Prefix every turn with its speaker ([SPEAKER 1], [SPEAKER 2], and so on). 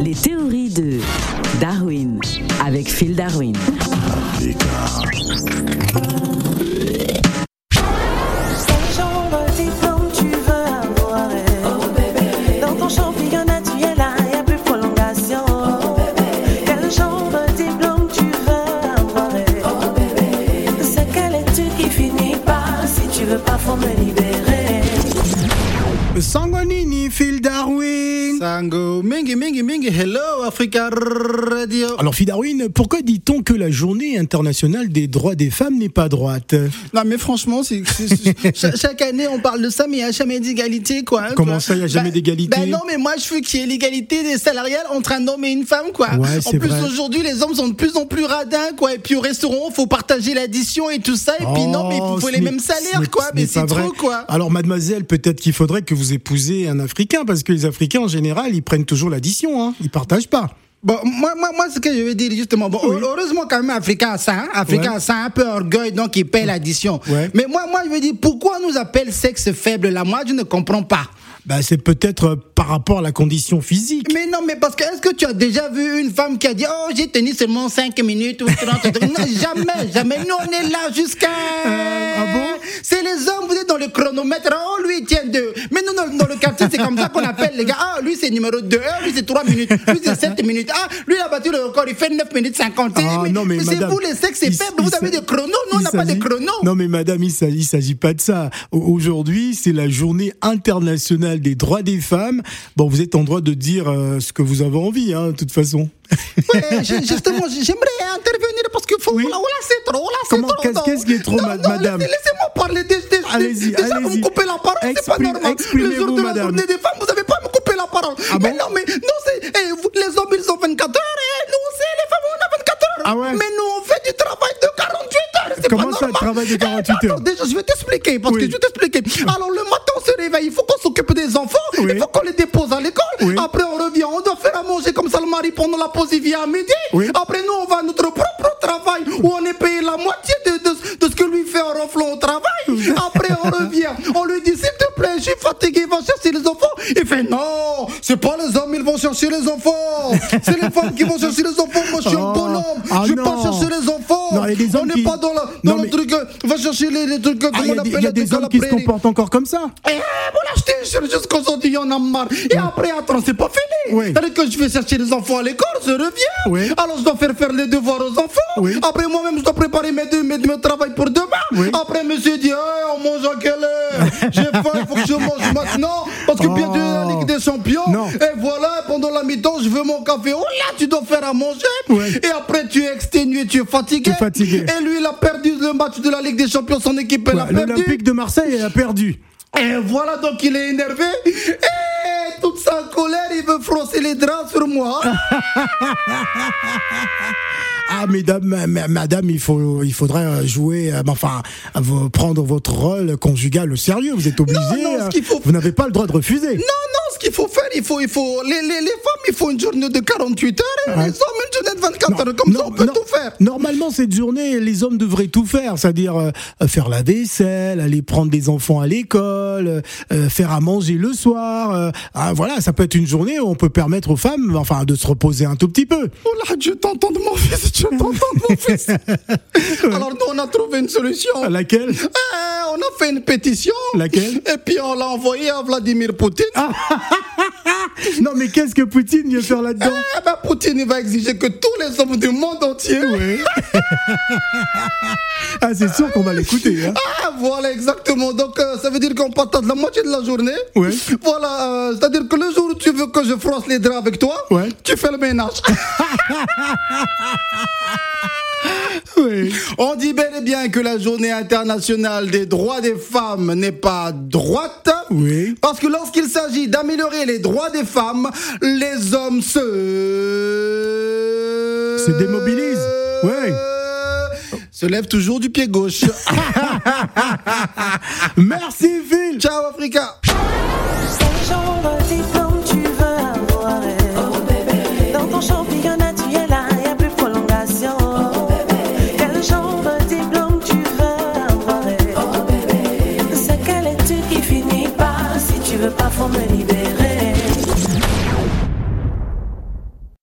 [SPEAKER 1] Les théories de Darwin avec Phil Darwin.
[SPEAKER 2] Quel genre de diplôme tu veux avoir Dans ton champignon naturel, il y a plus de prolongation. Quel genre de diplôme tu veux avoir C'est quelle étude qui finit pas Si tu veux pas, faut me libérer.
[SPEAKER 3] sango nini phil darwin sango mingi mingi mingi hello africa radio
[SPEAKER 4] Alors, Fidarwin, pourquoi dit-on que la journée internationale des droits des femmes n'est pas droite
[SPEAKER 3] non mais franchement c'est c'est- c'est- cha- chaque année on parle de ça mais il n'y a jamais d'égalité quoi hein,
[SPEAKER 4] Comment
[SPEAKER 3] quoi.
[SPEAKER 4] ça, il y a jamais
[SPEAKER 3] Bah-
[SPEAKER 4] d'égalité
[SPEAKER 3] bah non mais moi je veux qu'il y ait l'égalité des salariales entre un homme et une femme quoi
[SPEAKER 4] Ouais,
[SPEAKER 3] en
[SPEAKER 4] c'est
[SPEAKER 3] plus
[SPEAKER 4] vrai.
[SPEAKER 3] aujourd'hui les hommes sont de plus en plus radins quoi et puis au restaurant faut partager l'addition et tout ça et puis non mais
[SPEAKER 4] Oh,
[SPEAKER 3] il faut
[SPEAKER 4] ce
[SPEAKER 3] les
[SPEAKER 4] n'est-
[SPEAKER 3] mêmes
[SPEAKER 4] ce n'est-
[SPEAKER 3] salaires quoi
[SPEAKER 4] ce
[SPEAKER 3] mais
[SPEAKER 4] n'est pas
[SPEAKER 3] c'est
[SPEAKER 4] vrai.
[SPEAKER 3] trop quoi
[SPEAKER 4] Alors, mademoiselle, peut-être qu'il faudrait que vous épousiez un Africain, parce que les Africains, en général, ils prennent toujours l'addition, hein. ils partagent pas.
[SPEAKER 3] Bon, moi, moi, moi, ce que je veux dire, justement, bon,
[SPEAKER 4] Oui.
[SPEAKER 3] heureusement, quand même, Africain a ça, hein, Africain
[SPEAKER 4] Ouais.
[SPEAKER 3] a ça, un peu orgueil, donc il paye l'addition.
[SPEAKER 4] Ouais.
[SPEAKER 3] Mais moi, moi, je veux dire, pourquoi on nous appelle sexe faible là Moi, je ne comprends pas.
[SPEAKER 4] Bah, c'est peut-être euh, par rapport à la condition physique.
[SPEAKER 3] Mais non, mais parce que est-ce que tu as déjà vu une femme qui a dit Oh, j'ai tenu seulement 5 minutes ou 30 Non, jamais, jamais. Nous, on est là jusqu'à.
[SPEAKER 4] ah bon
[SPEAKER 3] C'est les hommes, vous êtes dans le chronomètre. Oh, lui, il tient 2. Mais nous, dans, dans le quartier, c'est comme ça qu'on appelle les gars. Ah, lui, c'est numéro 2. Ah, lui, c'est 3 minutes. Lui, c'est 7 minutes. Ah, lui, il a battu le record. Il fait 9 minutes 50.
[SPEAKER 4] Ah, non, mais
[SPEAKER 3] c'est
[SPEAKER 4] madame,
[SPEAKER 3] vous, les sexes, c'est
[SPEAKER 4] il-
[SPEAKER 3] faible.
[SPEAKER 4] il
[SPEAKER 3] Vous avez
[SPEAKER 4] s'a-
[SPEAKER 3] des chronos. Nous, on
[SPEAKER 4] il
[SPEAKER 3] n'a pas de
[SPEAKER 4] s'agit-
[SPEAKER 3] chronos.
[SPEAKER 4] Non, mais madame, il s'agit, il s'agit pas de ça. Au- Aujourd'hui, c'est la journée internationale des droits des femmes. Bon, vous êtes en droit de dire euh, ce que vous avez envie, hein, de toute façon.
[SPEAKER 3] Ah, Ouais, ju- justement, j- j'aimerais intervenir parce que faut.
[SPEAKER 4] Oui.
[SPEAKER 3] Oh là, c'est trop. Oh là, c'est
[SPEAKER 4] Comment-
[SPEAKER 3] trop.
[SPEAKER 4] qu'est-ce-
[SPEAKER 3] non.
[SPEAKER 4] qu'est-ce qui est trop,
[SPEAKER 3] Non,
[SPEAKER 4] ma-
[SPEAKER 3] non,
[SPEAKER 4] madame
[SPEAKER 3] laissez- Laissez-moi parler. dé- dé- dé-
[SPEAKER 4] Allez-y,
[SPEAKER 3] Déjà, vous
[SPEAKER 4] allez-y.
[SPEAKER 3] me coupez la parole, c'est pas
[SPEAKER 4] Exprim-
[SPEAKER 3] normal. Le jour
[SPEAKER 4] exprimez-vous,
[SPEAKER 3] de la
[SPEAKER 4] madame.
[SPEAKER 3] journée des femmes, vous avez pas à me couper la parole.
[SPEAKER 4] Ah
[SPEAKER 3] mais
[SPEAKER 4] bon
[SPEAKER 3] non, mais non, c'est. eh, vous- les hommes, ils ont 24 heures et nous aussi, les femmes, on a 24 heures.
[SPEAKER 4] Ah ouais
[SPEAKER 3] Mais nous, on fait du travail de 48 heures. c'est
[SPEAKER 4] Comment
[SPEAKER 3] pas
[SPEAKER 4] ça,
[SPEAKER 3] normal.
[SPEAKER 4] travail de
[SPEAKER 3] Eh,
[SPEAKER 4] 48
[SPEAKER 3] attends,
[SPEAKER 4] heures
[SPEAKER 3] Déjà, je vais t'expliquer parce que
[SPEAKER 4] Oui.
[SPEAKER 3] je vais t'expliquer. Alors, le matin, on se réveille, il faut qu'on s'occupe des enfants,
[SPEAKER 4] Oui.
[SPEAKER 3] il faut qu'on les dépose à
[SPEAKER 4] Oui.
[SPEAKER 3] l'école. Après, on revient, on doit faire à manger comme ça le mari pendant la pause, il vient à midi.
[SPEAKER 4] Oui.
[SPEAKER 3] Après, nous, on va à notre propre travail où on est payé la moitié de, de, de ce que lui fait en renflant au travail. Après, on revient. On lui dit, s'il te plaît, je suis fatigué, va chercher les enfants. Il fait, non, c'est pas les hommes, ils vont chercher les enfants. C'est les femmes qui vont chercher les enfants. Moi, je suis un
[SPEAKER 4] Oh,
[SPEAKER 3] bonhomme.
[SPEAKER 4] ah
[SPEAKER 3] je vais pas
[SPEAKER 4] non.
[SPEAKER 3] chercher les enfants.
[SPEAKER 4] Non, il y a des
[SPEAKER 3] on
[SPEAKER 4] hommes
[SPEAKER 3] n'est
[SPEAKER 4] qui-
[SPEAKER 3] pas dans, la, dans
[SPEAKER 4] Non,
[SPEAKER 3] le
[SPEAKER 4] mais-
[SPEAKER 3] truc. euh, Va chercher les, les trucs,
[SPEAKER 4] Ah,
[SPEAKER 3] comment
[SPEAKER 4] Il y
[SPEAKER 3] on
[SPEAKER 4] a des-
[SPEAKER 3] appelle
[SPEAKER 4] il y a
[SPEAKER 3] les trucs
[SPEAKER 4] des
[SPEAKER 3] à la
[SPEAKER 4] hommes qui se
[SPEAKER 3] prairie.
[SPEAKER 4] comportent encore comme ça.
[SPEAKER 3] Eh, voilà, je te jure, jusqu'au jour il y en a marre. Et après, attends, c'est pas fini.
[SPEAKER 4] Oui.
[SPEAKER 3] C'est-à-dire que je vais chercher les enfants à l'école, je reviens.
[SPEAKER 4] Oui.
[SPEAKER 3] Alors, je dois faire faire les devoirs aux enfants.
[SPEAKER 4] Oui.
[SPEAKER 3] Après, moi-même, je dois préparer mes deux, mes, mes travail pour demain.
[SPEAKER 4] Oui.
[SPEAKER 3] Après, monsieur dit, Eh, on mange à quelle heure J'ai faim, il faut que je mange maintenant. Parce que bien
[SPEAKER 4] Oh.
[SPEAKER 3] bientôt, la Ligue des Champions.
[SPEAKER 4] Non.
[SPEAKER 3] Et voilà, pendant la mi-temps, je veux mon café. Oh là, tu dois faire à manger.
[SPEAKER 4] Ouais.
[SPEAKER 3] Et après, tu es exténué, tu es fatigué.
[SPEAKER 4] Tu es fatigué.
[SPEAKER 3] Et lui, il a perdu le match de la Ligue des Champions. Son équipe, elle
[SPEAKER 4] Ouais,
[SPEAKER 3] a perdu.
[SPEAKER 4] L'Olympique de Marseille, elle a perdu.
[SPEAKER 3] Et voilà donc il est énervé. Et toute sa colère, il veut froncer les draps sur moi.
[SPEAKER 4] Ah, mesdames, ma- ma- madame, il, faut, il faudrait euh, jouer, euh, enfin, à vous- prendre votre rôle conjugal au sérieux. Vous êtes obligé.
[SPEAKER 3] non, ce
[SPEAKER 4] euh,
[SPEAKER 3] qu'il faut-
[SPEAKER 4] Vous n'avez pas le droit de refuser.
[SPEAKER 3] Non, non, ce qu'il faut faire, il faut, il faut, les, les, les femmes, il faut une journée de 48 heures et
[SPEAKER 4] Ouais.
[SPEAKER 3] les hommes une journée de 24 heures. Comme ça, on peut
[SPEAKER 4] non.
[SPEAKER 3] tout faire.
[SPEAKER 4] Normalement, cette journée, les hommes devraient tout faire, c'est-à-dire euh, faire la vaisselle, aller prendre des enfants à l'école, euh, euh, faire à manger le soir. euh, ah, voilà, ça peut être une journée où on peut permettre aux femmes, enfin, de se reposer un tout petit peu.
[SPEAKER 3] Oh là, Dieu t'entende, mon fils, Dieu t'entende, mon fils. Alors, nous, on a trouvé une solution.
[SPEAKER 4] À laquelle
[SPEAKER 3] Eh, on a fait une pétition.
[SPEAKER 4] Ah, Laquelle Ah.
[SPEAKER 3] Et puis, on l'a envoyée à Vladimir Poutine.
[SPEAKER 4] Non, mais qu'est-ce que Poutine vient faire là-dedans
[SPEAKER 3] Eh ben, Poutine, il va exiger que tous les hommes du monde entier.
[SPEAKER 4] Ah, c'est sûr qu'on va l'écouter. Hein.
[SPEAKER 3] Ah, voilà, exactement. Donc, euh, ça veut dire qu'on partage la moitié de la journée.
[SPEAKER 4] Ouais.
[SPEAKER 3] Voilà, euh, c'est-à-dire que le jour où tu veux que je froisse les draps avec toi,
[SPEAKER 4] Ouais.
[SPEAKER 3] tu fais le ménage.
[SPEAKER 4] Oui.
[SPEAKER 3] On dit bel et bien que la journée internationale des droits des femmes n'est pas droite.
[SPEAKER 4] Oui.
[SPEAKER 3] Parce que lorsqu'il s'agit d'améliorer les droits des femmes, les hommes se.
[SPEAKER 4] Se démobilisent. Ouais.
[SPEAKER 3] Se lèvent toujours du pied gauche.
[SPEAKER 4] Merci, Phil
[SPEAKER 3] Ciao, Africa!
[SPEAKER 2] Quel genre